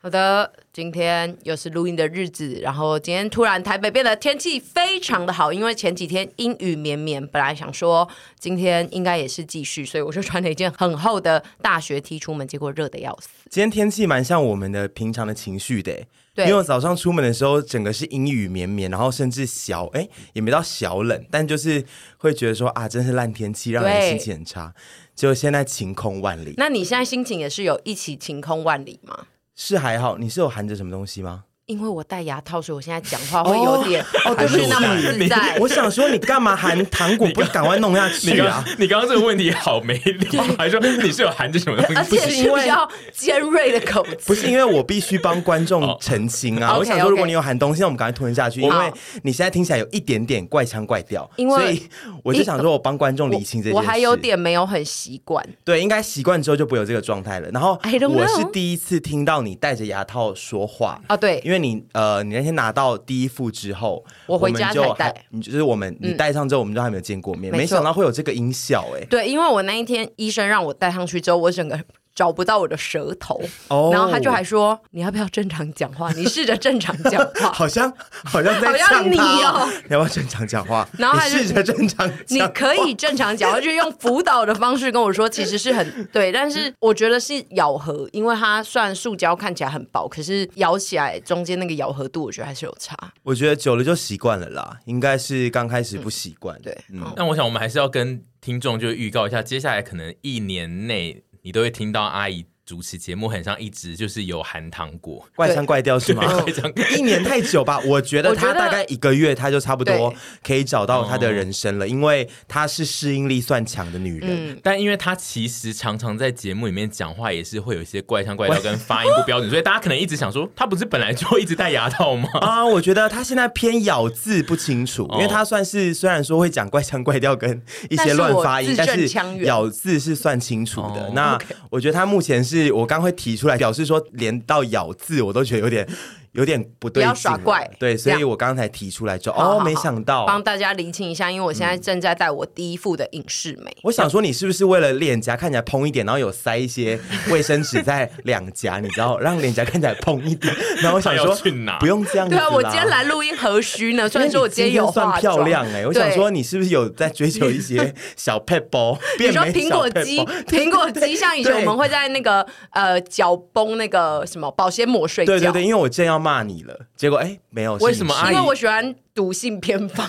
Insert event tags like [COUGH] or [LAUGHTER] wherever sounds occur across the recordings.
好的，今天又是录音的日子，然后今天突然台北变得天气非常的好，因为前几天阴雨绵绵，本来想说今天应该也是继续，所以我就穿了一件很厚的大学 T 出门，结果热的要死。今天天气蛮像我们的平常的情绪的欸，对因为我早上出门的时候，整个是阴雨绵绵，然后甚至小哎、也没到小冷，但就是会觉得说啊，真是烂天气，让人对心情很差。就现在晴空万里， [LAUGHS] 那你现在心情也是有一起晴空万里吗？是还好。你是有含着什么东西吗？因为我戴牙套，所以我现在讲话会有点哦对不不起是那么自在。我想说，你干嘛含糖果不赶快弄下你去刚、 [LAUGHS] 啊？你刚刚这个问题好没礼貌，还说你是有含着什么东而西？不且是是比较尖锐的口气，不是因为我必须帮观众哦澄清啊， OK，我想说，如果 OK 你有含东西，那我们赶快吞下去，因为好你现在听起来有一点点怪腔怪调，因为所以我就想说，我帮观众理清这件事。我还有点没有很习惯。对，应该习惯之后就不会有这个状态了。然后 I don't 我是 know 第一次听到你戴着牙套说话啊对因为你呃，你那天拿到第一副之后，我回们家就才还戴，嗯你就是我们你戴上之后，我们就还没有见过面，没错没想到会有这个音效哎、对，因为我那一天医生让我戴上去之后，我整个找不到我的舌头，哦然后他就还说：“你要不要正常讲话？你试着正常讲 [LAUGHS] 话。[LAUGHS] 好像好像在哦好像呛你他哦你要不要正常讲话？ [LAUGHS] 然后你还是试着正常你讲，可以正常讲话，就是用辅导的方式跟我说，其实是很对，但是我觉得是咬合，因为它虽然塑胶看起来很薄，可是咬起来中间那个咬合度，我觉得还是有差。我觉得久了就习惯了啦，应该是刚开始不习惯、对，嗯，那我想我们还是要跟听众就预告一下，接下来可能一年内你都会听到阿姨主持节目，很像一直就是有含糖果。怪腔怪调是吗？ [LAUGHS] 一年太久吧，我觉得我觉他得大概一个月，他就差不多对可以找到他的人生嗯了，因为她是适应力算强的女人。但因为她其实常常在节目里面讲话，也是会有一些怪腔怪调跟发音不标准，所以大家可能一直想说，她不是本来就一直戴牙套吗？啊，我觉得她现在偏咬字不清楚，因为她算是虽然说会讲怪腔怪调跟一些乱发音，但但是我字正是腔圆咬字是算清楚的哦。那我觉得她目前是我刚会提出来，表示说连到咬字我都觉得有点有点不不对劲要了，耍怪对，所这以样我刚才提出来就好好哦，嗯好没想到帮大家厘清一下，因为我现在正在戴我第一副的影视美。我想说，你是不是为了脸颊看起来嘭一点，然后有塞一些卫生纸在两颊， [LAUGHS] 你知道，让脸颊看起来嘭一点？然后我想他说要去哪，不用这样子对嗯啦。啊，我今天来录音何须呢？虽因为然你说我今天有化算漂妆亮哎、我想对说你是不是有在追求一 [LAUGHS] 些小 p e b b l 你变说美苹小果 p 肌 [LAUGHS] e b b， [LAUGHS] 苹果肌像以前我对们会在那个呃脚崩那个什么保鲜膜睡对对觉，对，因为我正要骂你了，结果哎、没有。是为什么啊你阿姨因为我喜欢毒性偏 [LAUGHS] 方， [LAUGHS]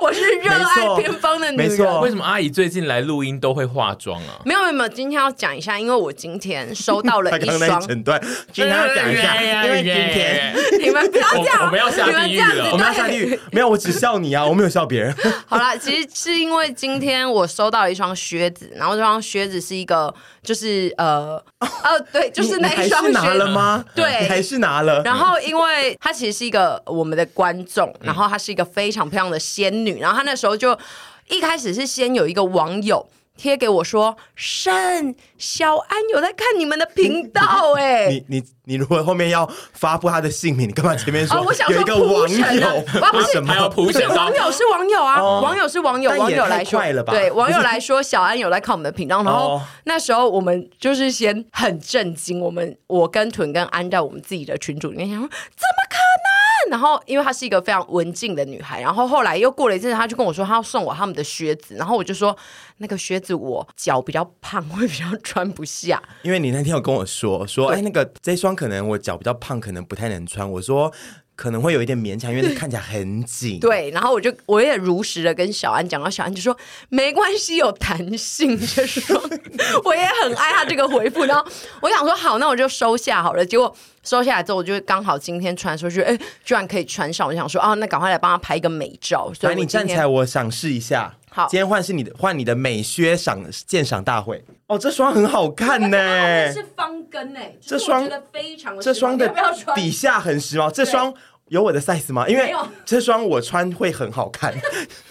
我是热没爱错偏方的女没人。错为什么阿姨最近来录音都会化妆啊？没有没有没有，今天要讲一下，因为我今天收到了他一刚刚那一双， [LAUGHS] 整段，今天要讲一哎下，因为今天。 [LAUGHS] 你们不要这样，我我们要下你们地狱这样子了对我们要下地狱，没有，我只笑你啊，我没有笑别人。好啦，其实是因为今天我收到了一双靴子，然后这双靴子是一个，就是 [LAUGHS] 呃，哦，对，就是你那你还一双靴是拿了子。吗？对你还是拿了。然后，因为她其实是一个我们的观众，嗯然后她是一个非常漂亮的仙女，然后她那时候就一开始是先有一个网友贴给我说：“圣小安有在看你们的频道哎、你你你如果后面要发布他的姓名，你干嘛前面说？哦我想说有一个网铺陈 [LAUGHS] 啊友哇不是为什还要么？普选到网友是网友啊，网友是网友，哦但也网友来太说快了吧对，网友来说，小安有来看我们的频道，然后哦那时候我们就是先很震惊，我们我跟屯跟安在我们自己的群组里面想说，怎么可能？然后因为她是一个非常文静的女孩，然后后来又过了一阵子，她就跟我说她要送我他们的靴子，然后我就说那个靴子我脚比较胖，我也比较穿不下，因为你那天有跟我说说，对哎，那个这双可能我脚比较胖，可能不太能穿。我说可能会有一点勉强，因为你看起来很紧。，对，然后我就我也如实的跟小安讲，然后小安就说没关系，有弹性， [LAUGHS] 就说我也很爱他这个回复。然后我想说好，那我就收下好了。结果收下来之后，我就刚好今天穿出去，哎，居然可以穿上，我想说啊，那赶快来帮他拍一个美照。所以来我你今站起天来，我赏试一下。好今天换是你的换你的美靴赏鉴赏大会。哦，这双很好看呢、方跟哎，这双我觉得非常这双的底下很时髦，这双有我的 size 吗？因没为有 [LAUGHS] 这 [LAUGHS] 双我穿会很好看，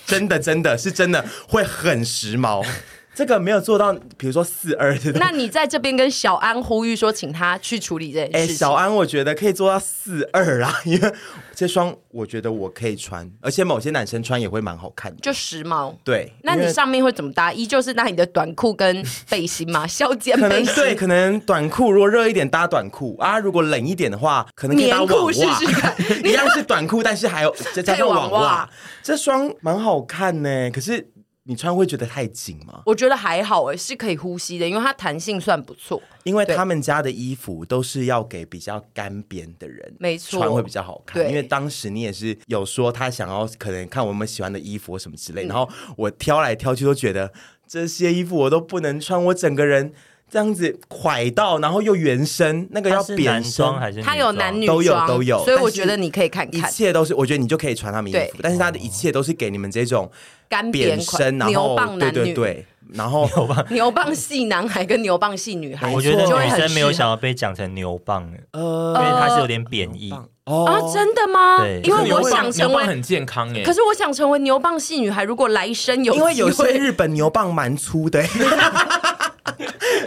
真的真的是真的会很时髦。这个没有做到，比如说四二这种。那你在这边跟小安呼吁说，请他去处理这件哎，事情。小安，我觉得可以做到四二啊， [LAUGHS] 因为这双我觉得我可以穿，而且某些男生穿也会蛮好看的。就时髦。对，那因你为上面会怎么搭？依旧是搭你的短裤跟背心嘛， [LAUGHS] 削肩可能背对，心、可能短裤如果热一点搭短裤啊，如果冷一点的话，可能可以搭棉网裤袜，试试看。 [LAUGHS] 一样是短裤，但是还有再加配上网网袜袜，这双蛮好看呢。可是你穿会觉得太紧吗？我觉得还好哎、是可以呼吸的，因为它弹性算不错。因为对他们家的衣服都是要给比较干边的人，没错穿会比较好看。对因为当时你也是有说他想要可能看我们喜欢的衣服什么之嗯类，然后我挑来挑去都觉得这些衣服我都不能穿，我整个人这样子垮到，然后又原身，那个要它是扁男身装还是它女装有男女都有装都有所以我但是觉得你可以看一看切都是，我觉得你就可以穿他们衣对服，但是他的一切都是给你们这种干扁扁身，款、然牛后棒对男对女、对，然后 [LAUGHS] 牛棒系男孩跟牛棒系女哦孩，我觉得就会女很生没有适合想要被讲成牛棒的，呃因为它是有点贬义。哦啊，真的吗？对因为牛我蒡想成牛蒡为，很健康哎，可是我想成为牛棒系女孩，如果来生有因为有机些会日本牛棒蛮粗的、 [LAUGHS]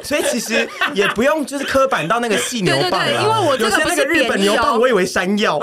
所以其实也不用就是刻板到那个细牛棒啦对对对因为我这有个些不那是个日本贬义哦牛棒，我以为山药，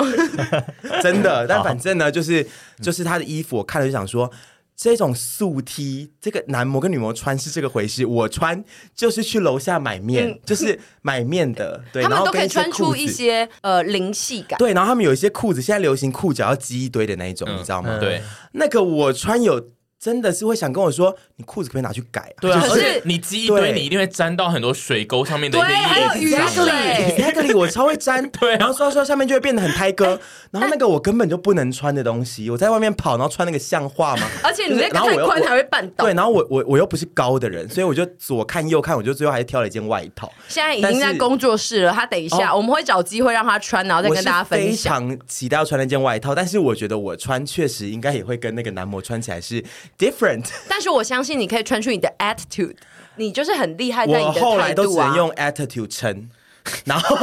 真的。但反正呢，就是就是他的衣服，我看了就想说。这种素 T，这个男模跟女模穿是这个回事，我穿就是去楼下买面，就是买面的，对，嗯他然们后都跟可以些穿出裤子一些呃灵气感。 [LAUGHS] 对，然后他们有一些裤子，现在流行裤脚要积一堆的那一种，嗯你知道吗？嗯对，那个我穿有真的是会想跟我说，你裤子可不可以拿去改、啊？对啊，可而是且你积一堆，对你一定会沾到很多水沟上面的一些对还有叶雨子上水来。 Exactly，我超会粘， [LAUGHS] 对啊然后刷刷下面就会变得很胎哥，然后那个我根本就不能穿的东西，我在外面跑，然后穿那个像话吗？ [LAUGHS] 而且你那个然后太我又宽还会绊倒对，。然后我我我又不是高的人，所以我就左看右看，我就最后还是挑了一件外套。现在已经在但是工作室了，他等一下，哦我们会找机会让他穿，然后再我跟是大家分非享。常期待要穿那件外套，但是我觉得我穿确实应该也会跟那个男模穿起来是 different。但是我相信你可以穿出你的 attitude，你就是很厉害在我你的后来态都只度啊能。用 attitude 撑， [LAUGHS] [LAUGHS] 然后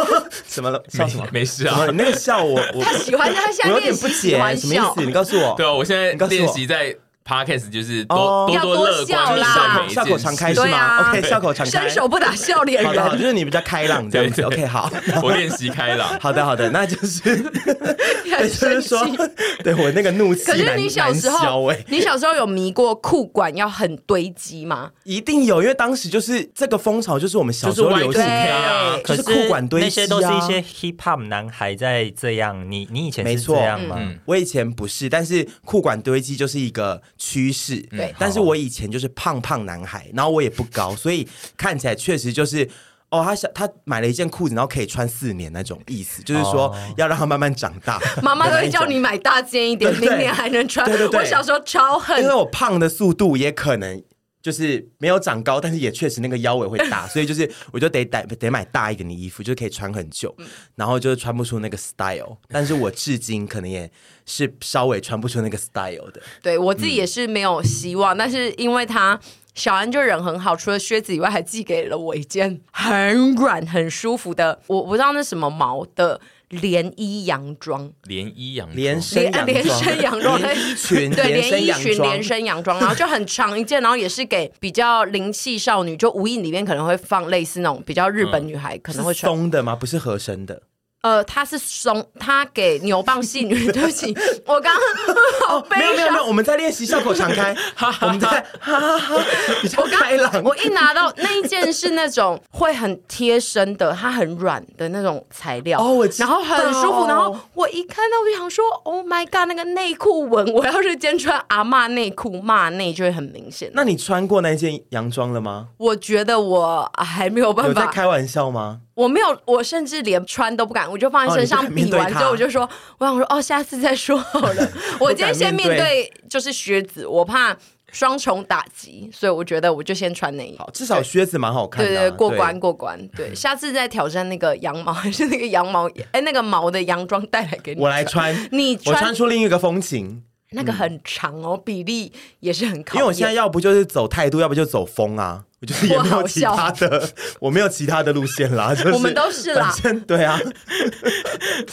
怎么了？笑什么？没事怎么啊了，你那个笑我我他喜欢他我现在有点练不习喜解欢什么意笑思？，你告诉我。对啊，我现在你告诉我练习在 podcast 就是哦多多要多乐笑观面啦笑对每一口件笑口常开事是对吗、啊 o k 笑口常开伸。手不打笑脸好的，好的，人。 [LAUGHS] 就是你比较开朗这样子。对对 OK，好，我练习开朗。好的，好的，那就是，对，就是说生气，对我那个怒气可是难你小时难消候欸，你小时候有迷过裤管要很堆积吗？一定有，因为当时就是这个风潮，就是我们 [LAUGHS] 小就是时候流行 Y2K 的啊对，就可是裤管堆积啊那些都是一些 hip hop 男孩在这样，你你以前没是这错样吗？嗯我以前不是，但是裤管堆积就是一个趋势。对但是我以前就是胖胖男孩，然后我也不高，所以看起来确实就是。哦，他想他买了一件裤子，然后可以穿四年那种意思，就是说要让他慢慢长大。妈妈都 [LAUGHS] 会叫你买大件一点，对对明年还能穿对对。对我小时候超因恨为我胖的速度也可能就是没有长高，但是也确实那个腰围会 [LAUGHS] 大，所以就是我就得得得买大一点的衣服，就是可以穿很久，嗯然后就是穿不出那个 style。但是我至今可能也是稍微穿不出那个 style 的。对我自己也是没有希望，但是因为他小安就人很好，除了靴子以外，还寄给了我一件 [LAUGHS] 很软很舒服的，我不知道那什么毛的连衣洋装，连衣洋装连身连 [LAUGHS] 洋装连身洋装，连衣裙对，连连身衣洋裙、装连身洋装，然后就很长一件，然后也是给比较灵气少女，就无印里面可能会放类似那种比较日嗯本女孩可能会是穿，松的吗？不是合身的呃，它是松，它给牛蒡系女， [LAUGHS] 对不起，我刚刚好悲哦没有没有伤没有，。我们在练习笑口常 [LAUGHS] 开，我们在 [LAUGHS] 哈哈哈比较开朗。我一拿到那一件是那种会很贴身的，它很软的那种材料，哦我知然道后很舒服，然后我一看到我就想说，Oh my god，那个内裤纹，我要是今天穿阿嬷内裤，骂内就会很明显。那你穿过那件洋装了吗？我觉得我还没有办有在法，开玩笑吗？我没有，我甚至连穿都不敢，我就放在身上哦。你比不敢完面对之后，它我就说，我想说，哦，下次再说好 [LAUGHS] 了。我今天先面不敢对就是靴子，我怕双重打击，所以我觉得我就先穿内衣。好，至少靴子蛮好看对的啊、对，过关过关。对，下次再挑战那个羊毛， [LAUGHS] 还是那个羊毛，哎，那个毛的洋装带来给你。我来穿，你 [LAUGHS] 我穿穿出另一个风情。那个很长哦，比例也是很考因验。为我现在要不就是走态度，要不就走风啊。我就是 [LAUGHS] 也没有其他的， [LAUGHS] 我没有其他的路线啦。就是 [LAUGHS] 我们都是啦反正对啊，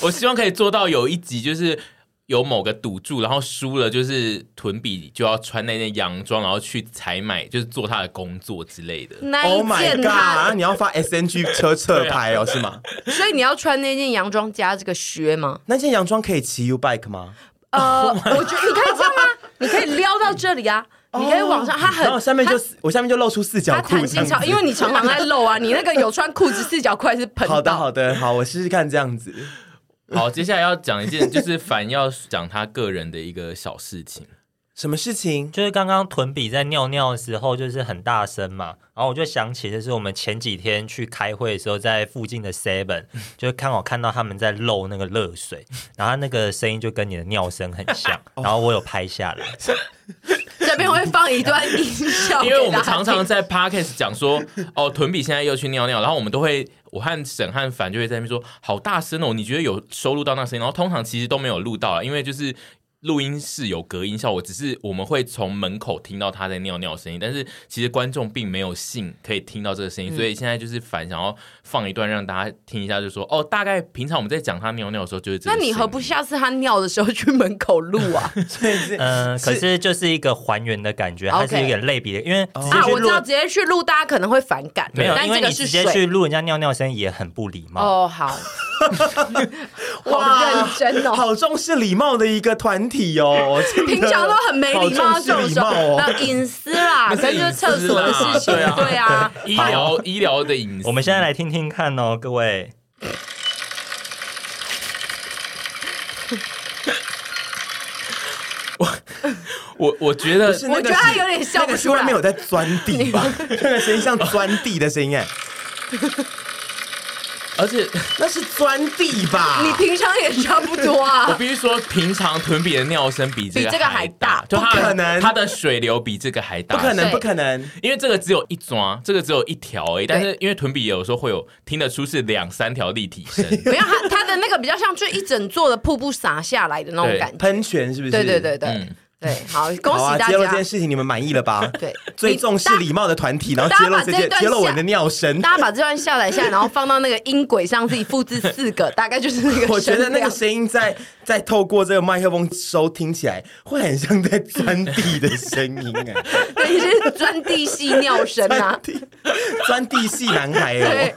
我希望可以做到有一集就是。有某个赌注，然后输了就是屯比就要穿那件洋装，然后去采买，就是做他的工作之类的。那 Oh 一 my 件 god！啊他，你要发 S N G 车侧拍哦，啊是吗？所以你要穿那件洋装加这个靴吗？那件洋装可以骑 U bike 吗？呃，我觉得你可以这样啊，你可以撩到这里啊，哦你可以往上，它很然后下面就它我下面就露出四角它裤弹这性样子，超，因为你常常在露啊，你那个有穿裤子四角裤是喷好的到好的好，我试试看这样子。好，接下来要讲一件，就是凡要讲他个人的一个小事情。什么事情？就是刚刚屯比在尿尿的时候，就是很大声嘛，然后我就想起，就是我们前几天去开会的时候，在附近 [LAUGHS] 的 Seven，就是刚好看到他们在漏那个热水，然后他那个声音就跟你的尿声很 [LAUGHS] 像，哦然后我有拍下来。这边会放一段音效给大家听， [LAUGHS] 因为我们常常在 podcast 讲说，哦，屯比现在又去尿尿，然后我们都会，我和沈和凡就会在那边说，好大声哦，你觉得有收录到那声音？然后通常其实都没有录到了，因为就是。录音室有隔音效果，只是我们会从门口听到他在尿尿的声音，但是其实观众并没有信可以听到这个声音，嗯所以现在就是反想要放一段让大家听一下，就说哦，大概平常我们在讲他尿尿的时候就是这那个你声何不音下次他尿的时候去门口录啊？所以 [LAUGHS] 是嗯、可是就是一个还原的感觉，它 OK 是有点类比的，因为直接啊，去我知录、道直接去录大家可能会反感，没有，但因为这你个直是接水去录人家尿尿声也很不礼貌。哦，好，好认真哦。好重视礼貌的一个团体哦，真 [LAUGHS] 的平常都很没礼貌，好这重种视礼时候貌哦。那隐私啦，那跟是就是厕隐私所的啦事情，对啊对啊，医疗医疗的隐私？我们现在来听听看哦，各位，我我觉得是我那觉个得他有点笑那不个是出外来面。有在钻 [LAUGHS] 地吧？那个声音像钻地的声音哎，而且那是钻地吧？你平常也差不多 [LAUGHS] 我啊，必须说，平常臀比的尿声比这比这个还大，大就它的不可能它的水流比这个还大，不可能，对不可能！因为这个只有一抓，这个只有一条而已。但是因为臀比有时候会有听得出是两三条立 [LAUGHS] 体声，没有他他的那个比较像，就一整座的瀑布洒下来的那种对感觉。喷泉是不是？对对对对嗯对，好，恭好啊。喜大揭露这家件。事情，你们满意了吧？ [LAUGHS] 对，最你重视大礼貌的团体，然后大家揭露把这这件段揭露我下的尿声。大家把这段下载下来，然后放到那个音轨上，自己复制四 [LAUGHS] 个，大概就是那个。我觉得 [LAUGHS] 那个声音在在透过这个麦克风收听起来，会很像在钻地的声音哎、对，你是钻地系尿声啊 [LAUGHS] 钻。地钻地系男孩对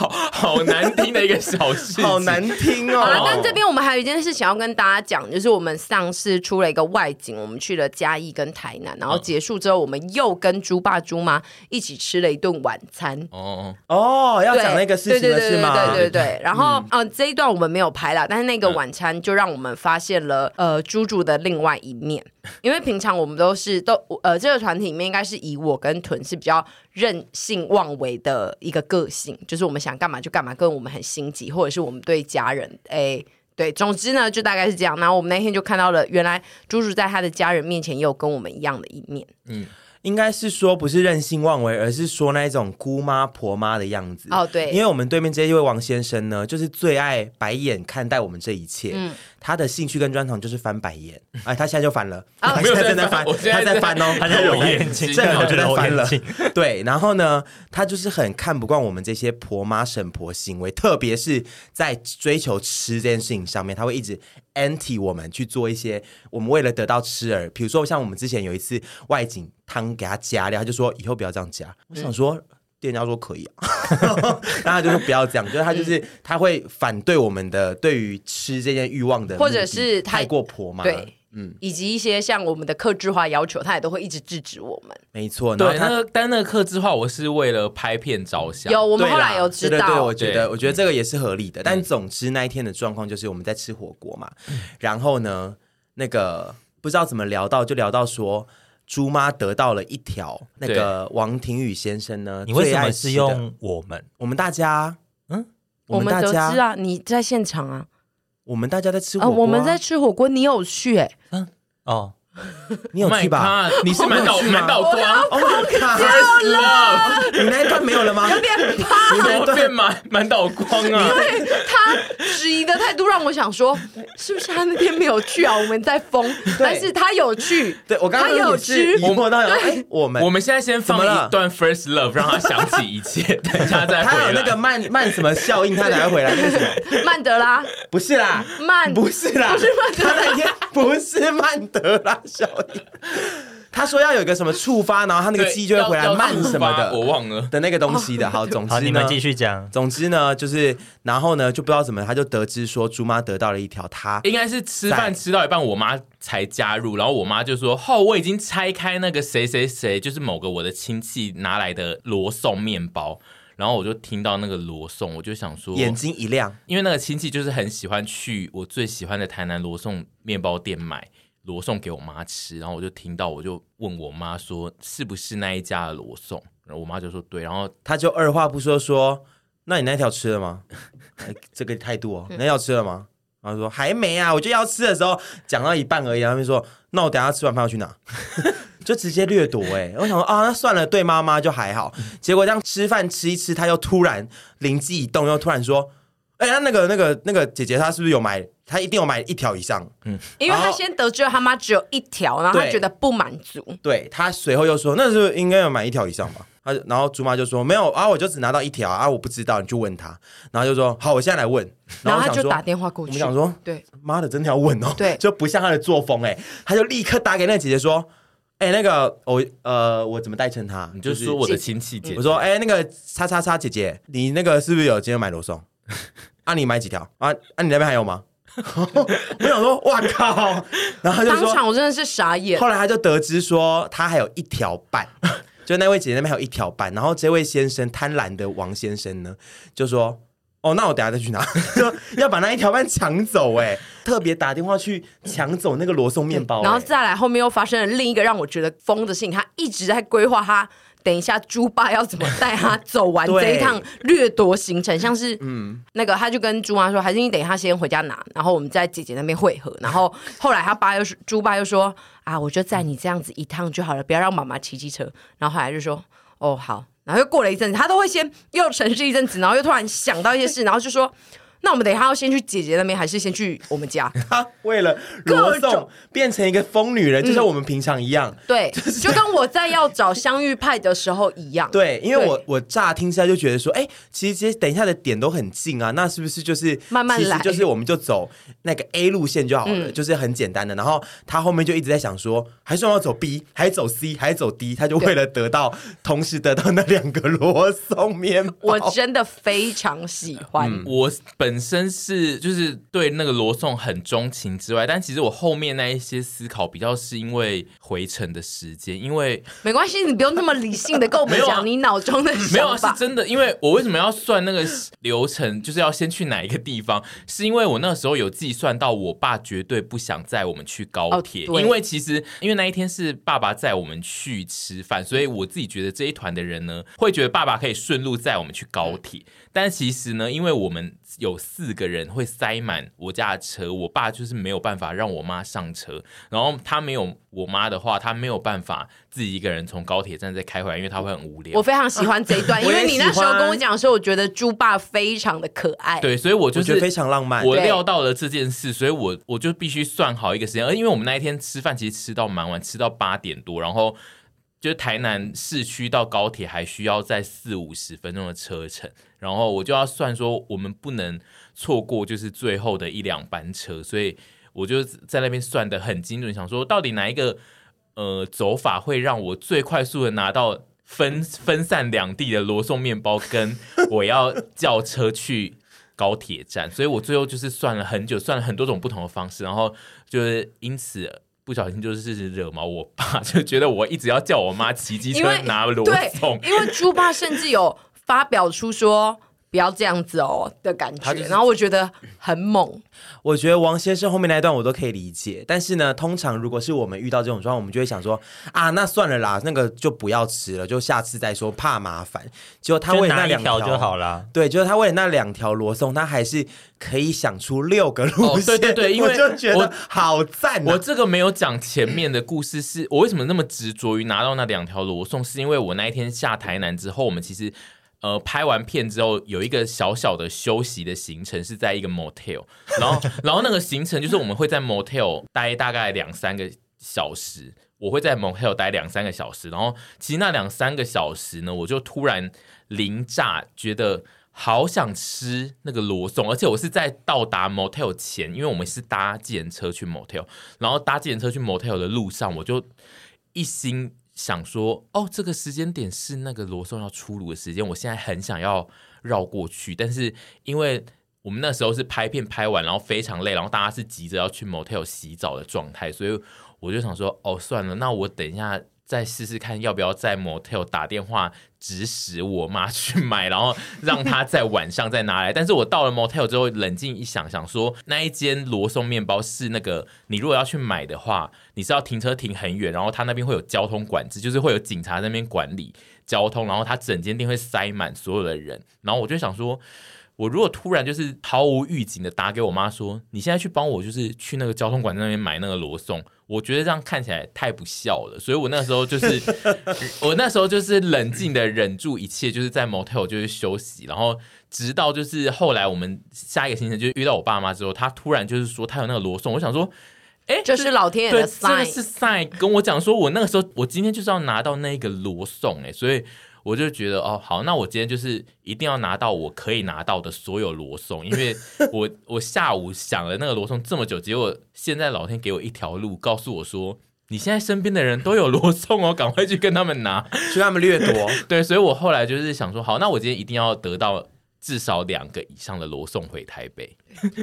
哦，，好好难听的一个小事情，好难听好了，哦。但这边我们还有一件事想要跟大家讲，就是我们上次出了一个外景，我们去了嘉义跟台南，然后结束之后，我们又跟猪爸猪妈一起吃了一顿晚餐。哦。哦，要对讲那个事情了是吗？对对对对对对。然后，嗯、这一段我们没有拍啦，但是那个晚餐就让我们发现了，呃，猪猪的另外一面。因为平常我们都是都，呃，这个团体里面应该是以我跟屯是比较任性妄为的一个个性，就是我们想干嘛就干嘛，跟我们很心急，或者是我们对家人，哎。对，总之呢，就大概是这样。然后我们那天就看到了，原来猪猪在他的家人面前也有跟我们一样的一面。应该是说不是任性妄为，而是说那一种姑妈婆妈的样子。哦对因为我们对面这一位王先生呢，就是最爱白眼看待我们这一切。嗯他的兴趣跟专长就是翻白眼，哎，他现在就翻哦了，他没有现在在正在翻翻，我现在他在在翻哦，他在揉眼睛正好就在翻了他在揉眼睛。对，然后呢，他就是很看不惯我们这些婆妈婶婆行为，特别是在追求吃这件事情上面，他会一直 anti 我们去做一些我们为了得到吃而，比如说像我们之前有一次外景汤给他加料，他就说以后不要这样加。我想说。店家说可以啊， [LAUGHS] 然后他就说不要这样，就是他就是嗯他会反对我们的对于吃这件欲望的目的，或者是他太过婆妈，对，，以及一些像我们的克制化要求，他也都会一直制止我们。没错。然后对，他哦那个但那个克制化，我是为了拍片着想。有，我们对后啦来有知道，对对对，我觉对得我觉得这个也是合理的。但总之那一天的状况就是我们在吃火锅嘛，然后呢，那个不知道怎么聊到，就聊到说。猪妈得到了一条那个王庭宇先生呢，你为最什爱么吃是的用我们？我们大家？嗯嗯，我们大得知家，啊，你在现场啊，我们大家在吃火啊，锅啊，我们在吃火锅，你有去哎、哦，你有去吧 My God，你是满我岛有去吗满岛光？Oh my god！ ，First Love， [LAUGHS] 你那一段没有了吗？变胖。你怎么啊变满满岛光啊？对他质疑的态度让我想说，是不是他那天没有去啊？我们在疯，但是他有去，对我刚他刚有也是吃疑。惑到，哎，我们我们现在先放怎么了一段 First Love，让他想起一 [LAUGHS] 切，等一下再他有回那个来。慢慢什么效应，他才会回来。那个什么？曼德拉不是啦，曼不是啦，不是曼德拉他那天不是曼德拉效应。他说要有一个什么触发，然后他那个记忆就会回来要要慢什么触发哦我的忘了。的那个东西的。好，总之好，呢，你们继续讲。总之呢，就是然后呢，就不知道怎么，他就得知说猪妈得到了一条他应该是吃饭吃到一半，我妈才加入，然后我妈就说：“哦，我已经拆开那个谁谁谁，就是某个我的亲戚拿来的罗宋面包。”然后我就听到那个罗宋，我就想说，眼睛一亮，因为那个亲戚就是很喜欢去我最喜欢的台南罗宋面包店买罗宋给我妈吃，然后我就听到，我就问我妈说：“是不是那一家的罗宋？”然后我妈就说：“对。”然后他就二话不说说：“那你那条吃了吗？”哎这个态度哦，那条吃了吗？然后说还没啊，我就要吃的时候讲到一半而已，然后他们说：“那我等一下吃完饭要去哪？” [LAUGHS] 就直接掠夺哎、我想说啊，那算了，对妈妈就还好。结果这样吃饭吃一吃，他又突然灵机一动，又突然说：“哎、那那个那个那个姐姐她是不是有买？她一定有买一条以上。”因为他然后先得知了他妈只有一条，然后他对觉得不满足，对他随后又说，那是应该要买一条以上吧？他就然后猪妈就说没有啊，我就只拿到一条啊，我不知道，你就问他。然后就说好，我现在来问。 [LAUGHS] 然后后我他想就说打电话过我去们。想说，对，妈的，真的要问哦，对 [LAUGHS] 就不像他的作风哎、他就立刻打给那个姐姐说，哎、那个我呃我怎么代称他？你就说我是的亲戚姐，我说哎、那个叉叉叉姐姐，你那个是不是有今天买罗 [LAUGHS] 宋？啊，你买几条啊？啊，你那边还有吗？ [LAUGHS] 我想说，哇靠！然后他就当说，场我真的是傻眼，后来他就得知说，他还有一条半， [LAUGHS] 就那位姐姐那边还有一条半。然后这位先生贪婪的王先生呢，就说：“哦，那我等下再去拿， [LAUGHS] 就要把那一条半抢走。”哎，特别打电话去抢走那个罗宋面包、然后哎再来后面又发生了另一个让我觉得疯的事情，他一直在规划他等一下猪爸要怎么带他走完对这一趟掠夺行程，像是嗯那个他就跟猪妈啊说，还是你等一下先回家拿，然后我们在姐姐那边汇合。然后后来他爸又说，猪爸又说啊，我就载你这样子一趟就好了，不要让妈妈骑机车。然后后来就说哦好，然后又过了一阵子，他都会先又沉思一阵子，然后又突然想到一些事，然后就说。那我们等一下要先去姐姐那边，还是先去我们家？ [LAUGHS] 他为了罗各宋种变成一个疯女人，就像我们平常一样。 [LAUGHS] 对，就跟我在要找香芋派的时候一样。对，因为我对我乍听之下就觉得说，哎、其实这些等一下的点都很近啊，那是不是就是慢慢其实来嗯就是 [LAUGHS] 我们就走那个 A 路线就好了，就是很简单的。然后他后面就一直在想说，还是我要走 B，还是走 C，还是走 D，他就为了得到同时得到那两个罗宋面包，我真的非常喜欢。我本身是就是对那个罗宋很钟情之外，但其实我后面那一些思考比较是因为回程的时间，因为没关系，你不用那么理性的跟我们没有啊讲你脑中的没有啊，想是法。真的，因为我为什么要算那个流程，就是要先去哪一个地方，是因为我那时候有计算到我爸绝对不想载我们去高铁，哦对因为其实因为那一天是爸爸载我们去吃饭，所以我自己觉得这一团的人呢，会觉得爸爸可以顺路载我们去高铁，嗯但其实呢，因为我们有四个人会塞满我家的车，我爸就是没有办法让我妈上车，然后他没有我妈的话，他没有办法自己一个人从高铁站再开回来，因为他会很无聊我。非常喜欢这一 [LAUGHS] 段，因我也为你那时喜候欢跟我讲的时候，我觉得猪爸非常的可爱。对，所以我就我觉得是非常浪漫。我对料到了这件事，所以我我就必须算好一个时间，而因为我们那一天吃饭其实吃到蛮晚，吃到八点多，然后就是台南市区到高铁还需要在四五十分钟的车程，然后我就要算说我们不能错过就是最后的一两班车，所以我就在那边算的很精准，想说到底哪一个呃走法会让我最快速的拿到分 [LAUGHS] 分散两地的罗宋面包，跟我要叫车去高铁站，所以我最后就是算了很久，算了很多种不同的方式，然后就是因此。不小心就是惹毛我爸， [LAUGHS] 就觉得我一直要叫我妈骑机车因为拿罗对宋，，因为猪爸甚至有发表出说。不要这样子哦的感觉他就。是然后我觉得很猛，我觉得王先生后面那一段我都可以理解，但是呢，通常如果是我们遇到这种状况，我们就会想说啊，那算了啦，那个就不要吃了，就下次再说，怕麻烦。结果他就为了拿那一两条就好啦。对，就是他为了那两条罗宋，他还是可以想出六个路哦线。对对对因为我就觉我得好赞、啊。我这个没有讲前面的故事是，我为什么那么执着于拿到那两条罗宋，是因为我那一天下台南之后，我们其实呃拍完片之后有一个小小的休息的行程，是在一个 motel，然后然后那个行程就是我们会在 motel 待大概两三个小时。我会在 motel 待两三个小时，然后其实那两三个小时呢，我就突然临炸，觉得好想吃那个罗宋，而且我是在到达 motel 前，因为我们是搭计程车去 motel，然后搭计程车去 motel 的路上，我就一心想说，哦，这个时间点是那个罗宋要出炉的时间，我现在很想要绕过去，但是因为我们那时候是拍片拍完，然后非常累，然后大家是急着要去 motel 洗澡的状态，所以我就想说，哦，算了，那我等一下。再试试看，要不要在 motel 打电话指使我妈去买，然后让她在晚上再拿来。但是我到了 motel 之后，冷静一想，想说那一间罗宋面包是那个，你如果要去买的话，你是要停车停很远，然后他那边会有交通管制，就是会有警察在那边管理交通，然后他整间店会塞满所有的人。然后我就想说，我如果突然就是毫无预警的打给我妈说，你现在去帮我就是去那个交通管那边买那个罗宋，我觉得这样看起来太不孝了，所以我那时候就是我那时候就是冷静的忍住一切，就是在 motel 就是休息，然后直到就是后来我们下一个行程就是遇到我爸妈之后，他突然就是说他有那个罗宋，我想说。哎，就这是老天爷对，的真的 sign。是赛跟我讲说，我那个时候我今天就是要拿到那个罗宋哎、欸所以我就觉得哦，好，那我今天就是一定要拿到我可以拿到的所有罗宋，因为我我下午想了那个罗宋这么久，结果现在老天给我一条路，告诉我说。你现在身边的人都有罗宋哦，赶快去跟他们拿。 [LAUGHS] 去他们掠夺，对，所以我后来就是想说，好，那我今天一定要得到至少两个以上的罗宋回台北。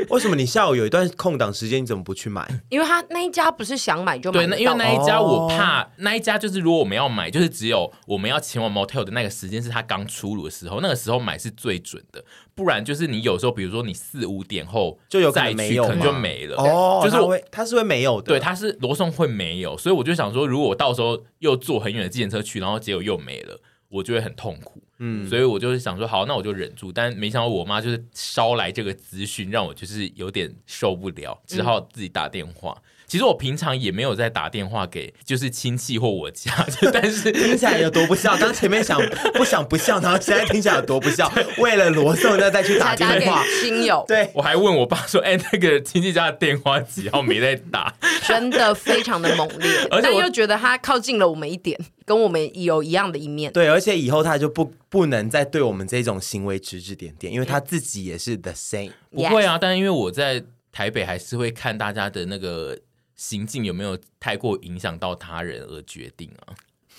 为什么你下午有一段空档时间，你怎么不去买？因为他那一家不是想买就买得对，那到，因为那一家哦我怕、那一家就是如果我们要买，就是只有我们要前往 motel 的那个时间是它刚出炉的时候，那个时候买是最准的。不然就是你有时候，比如说你四五点后就有可能再去没有可能嘛就没了。哦，就是他我会，他是会没有的。对，它是罗宋会没有，所以我就想说，如果我到时候又坐很远的自行车去，然后结果又没了，我就会很痛苦。嗯，所以我就是想说，好，那我就忍住。但没想到我妈就是捎来这个资讯，让我就是有点受不了，只好自己打电话。其实我平常也没有在打电话给就是亲戚或 [LAUGHS] 我家，但是听起来有多不孝？刚前面想不想不孝，然后现在听起来有多不 [LAUGHS] 孝？为了罗宋，那再去打才打电给话，亲 [LAUGHS] 友， [LAUGHS] 对，我还问我爸说：“哎、那个亲戚家的电话几号没在打？”真的非常的猛烈， [LAUGHS] 而且但我又觉得他靠近了我们一点，跟我们有一样的一面。对，而且以后他就不不能再对我们这种行为指指点点，因为他自己也是 the same。不会啊，但因为我在台北还是会看大家的那个行径有没有太过影响到他人而决定啊。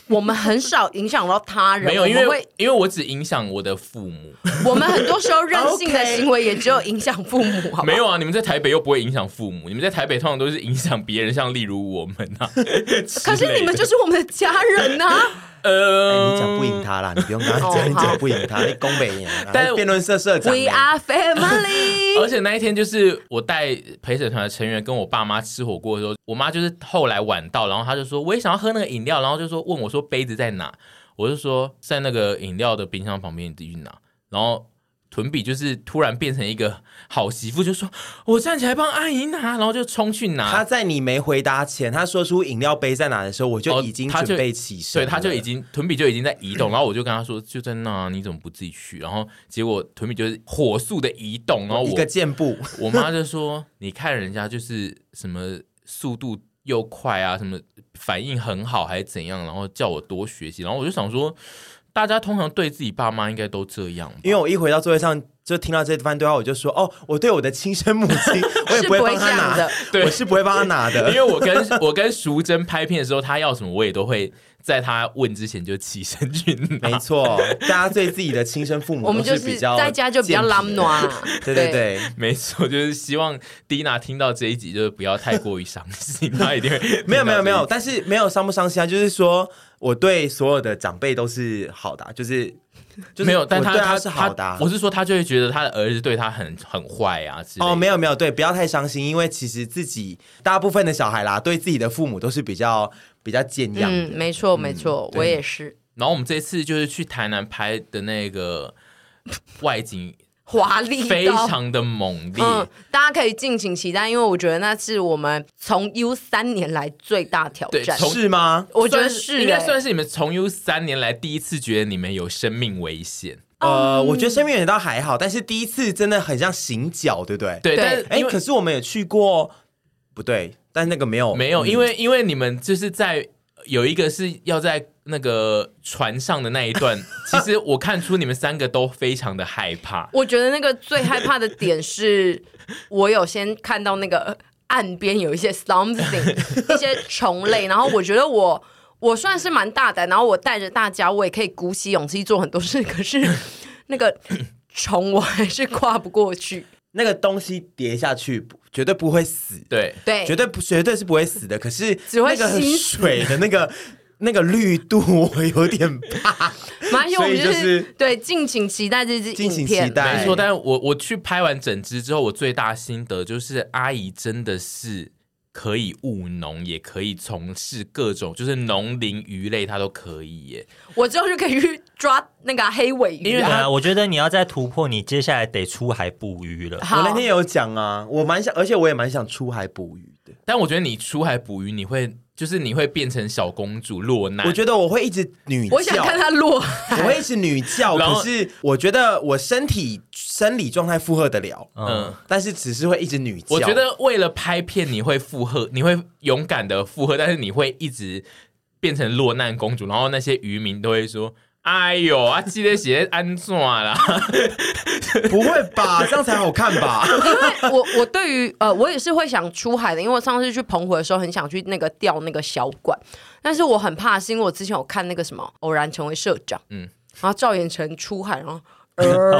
我们很少影响到他人， [LAUGHS] 没有，因我们为 [LAUGHS] 会因为我只影响我的父母，我们很多时候任性的行为也只有影响父母，好不好没有啊。你们在台北又不会影响父母，你们在台北通常都是影响别人，像例如我们 [LAUGHS] 啊。 [LAUGHS] 可可是你们就是我们的家人啊呐、 [LAUGHS] 哎呃，你讲不赢他啦，你不用跟他哦讲，你好讲不赢他，你攻北赢啊，[LAUGHS] 但但辩论社社长 w e 欸。 are family。而且那一天就是我带陪审团的成员跟我爸妈吃火锅的时候，我妈就是后来晚到，然后她就说我也想要喝那个饮料，然后就说问我说杯子在哪，我就说在那个饮料的冰箱旁边，你自己去拿。然后屯比就是突然变成一个好媳妇，就说我站起来帮阿姨拿，然后就冲去拿。他在你没回答前，他说出饮料杯在哪的时候，我就哦已经他就准备起身对，了，他就已经屯比就已经在移动，然后我就跟他说就在那啊，你怎么不自己去？然后结果屯比就是火速的移动，然后一哦我个箭步，我妈就说：“你看人家就是什么速度又快啊，什么反应很好还是怎样，然后叫我多学习。”然后我就想说，大家通常对自己爸妈应该都这样吧。因为我一回到座位上就听到这番对话，我就说哦，我对我的亲生母 [LAUGHS] 亲，我也是会不会帮他这样拿的，对我是不会帮他拿因的。 [LAUGHS] 为我跟我跟淑珍拍片的时候，她要什么我也都会在她问之前就起身去拿。没错，大家对自己的亲生父母我们都就是比是较在家就比较健浪脾的啊暖， [LAUGHS] 对对对，没错，就是希望蒂娜听到这一集就是不要太过于伤心，她一定会没有没有没有，听到但是没有伤不伤心啊，就是说我对所有的长辈都是好的啊、就是就是没有，但我他对他是好的啊、我是说他就会觉得他的儿子对他很很坏啊之类的哦，没有没有，对，不要太伤心，因为其实自己大部分的小孩啦，对自己的父母都是比较比较健养的。嗯，没错没错，我也是然后我们这一次就是去台南拍的那个外 [LAUGHS] 景，华丽非到常的猛烈。嗯，大家可以敬请期待，因为我觉得那是我们从 U 三年来最大挑对战。从是吗？我觉得算是、应该欸算是你们从 U 三年来第一次觉得你们有生命危险。嗯呃，我觉得生命远倒还好，但是第一次真的很像行脚，对不对？。对对，但是哎，因为可是我们也去过，不对，但那个没有没有，嗯因为因为你们就是在有一个是要在那个船上的那一 [LAUGHS] 段，其实我看出你们三个都非常的害怕。我觉得那个最害怕的点是，我有先看到那个岸边有一些 [LAUGHS] something，一些虫类，然后我觉得我我算是蛮大胆，然后我带着大家，我也可以鼓起勇气做很多事，可 [LAUGHS] 是那个虫我还是跨不过去。那个东西跌下去，不绝对不会死，对，对，绝对不绝对是不会死的。可是只会那个吸死水的那个 [LAUGHS] 那个绿度，我有点怕。蛮有，我们所以就是对，敬请期待这支敬请影期片。待，没错。但是我我去拍完整支之后，我最大心得就是阿姨真的是。可以务农，也可以从事各种，就是农林渔类，她都可以耶。我之后就可以去抓那个黑尾鱼、啊，因为对啊，我觉得你要再突破，你接下来得出海捕鱼了。 [LAUGHS] 好我那天有讲啊，我蛮想，而且我也蛮想出海捕鱼的。但我觉得你出海捕鱼，你会就是你会变成小公主落难。我觉得我会一直女我想教看它 [LAUGHS] 落我会一直女教，然后可是我觉得我身体生理状态负荷得了，嗯嗯，但是只是会一直女教。我觉得为了拍片，你会附和，你会勇敢的附和，但是你会一直变成落难公主，然后那些渔民都会说：“哎呦，啊，记得写安怎啦不会吧，这样才好看吧？因为 [LAUGHS] 我我对于呃，我也是会想出海的，因为我上次去澎湖的时候，很想去那个钓那个小管，但是我很怕，是因为我之前有看那个什么《偶然成为社长》，嗯嗯，然后赵寅成出海，然后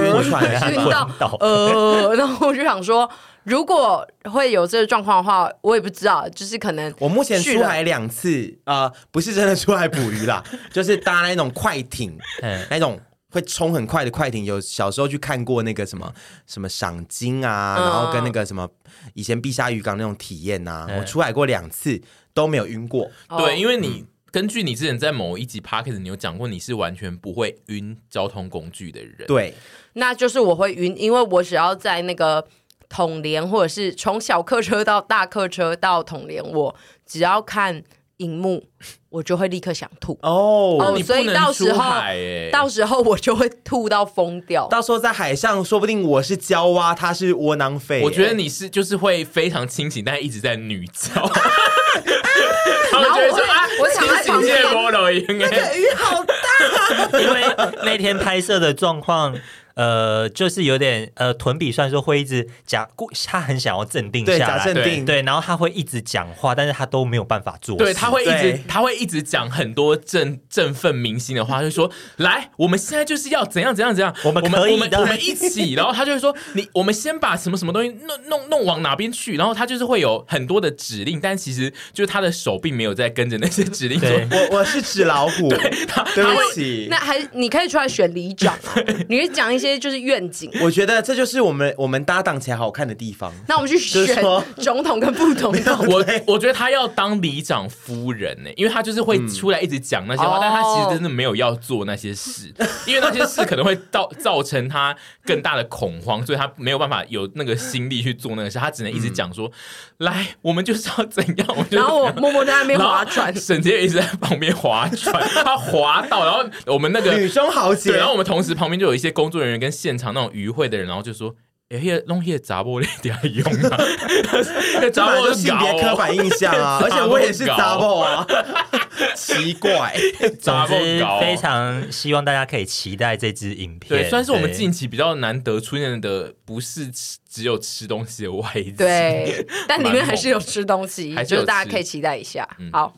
晕船 [LAUGHS] 他是晕吧到昏倒呃，然后我就想说，如果会有这个状况的话，我也不知道，就是可能我目前去出了海两次，啊，不是真的出海捕鱼啦，就是搭那种快艇，嗯那种会冲很快的快艇。有小时候去看过那个什么什么赏金啊，嗯然后跟那个什么以前碧沙渔港那种体验呐、嗯我出海过两次都没有晕过。？”哦对，因为你。根据你之前在某一集 p o c a s t 你有讲过，你是完全不会晕交通工具的人。，对，那就是我会晕，因为我只要在那个统联，或者是从小客车到大客车到统联，我只要看荧幕，我就会立刻想吐。哦、哦你不所以能到时出候海耶到时候我就会吐到疯掉。到时候在海上，说不定我是娇蛙，他是窝囊废。我觉得你是就是会非常清醒，但一直在女 [LAUGHS] 教。然后然后就会我说会啊，我躺在清醒旁边界波罗音哎，鱼好大，因为那天拍摄的状况，呃，就是有点呃，屯比虽然说会一直假，故他很想要镇定对，下假来，镇定，哎对，然后他会一直讲话，但是他都没有办法做嗯事，对，他会一直对他会一直讲很多振振奋民心的话，就说来，我们现在就是要怎样怎样怎样，我们我们可以我们的我们一起，然后他就会 [LAUGHS] 说你，我们先把什么什么东西弄弄弄往哪边去，然后他就是会有很多的指令，但其实就是他的手并没有在跟着那些指令对做。我我是纸老 [LAUGHS] 虎， [LAUGHS] 对不起那。还你可以出来选里长 [LAUGHS] 啊，你可以讲一些就是愿景。我觉得这就是我们我们搭档起来好看的地方。那我们去就是选说总统跟副总统。我我觉得他要当里长夫人呢、因为他就是会出来一直讲那些话，哦但他其实真的没有要做那些事，因为那些事可能会造造成他更大的恐慌，所以他没有办法有那个心力去做那个事，他只能一直讲说：“来，我们就是要怎样，我们就是 [LAUGHS] 然后我默默在那边然后划 [LAUGHS] 船，沈杰一直在旁边划船，他划到，然后我们那个女中豪对，杰然，后我们同时旁边就有一些工作人员跟现场那种与会的人，然后就说。哎，那个弄些杂波那点用啊，那这杂本来波就性别刻板印象 [LAUGHS] 啊，搞而哦且我也是杂货啊， [LAUGHS] 奇怪。总杂波之搞，非常希望大家可以期待这支影片，对，算是我们对近期比较难得出现的，不是吃只有吃东西的外景。，对，但里蛮面猛还是有吃东西，还是就有是大家嗯吃可以期待一下。好，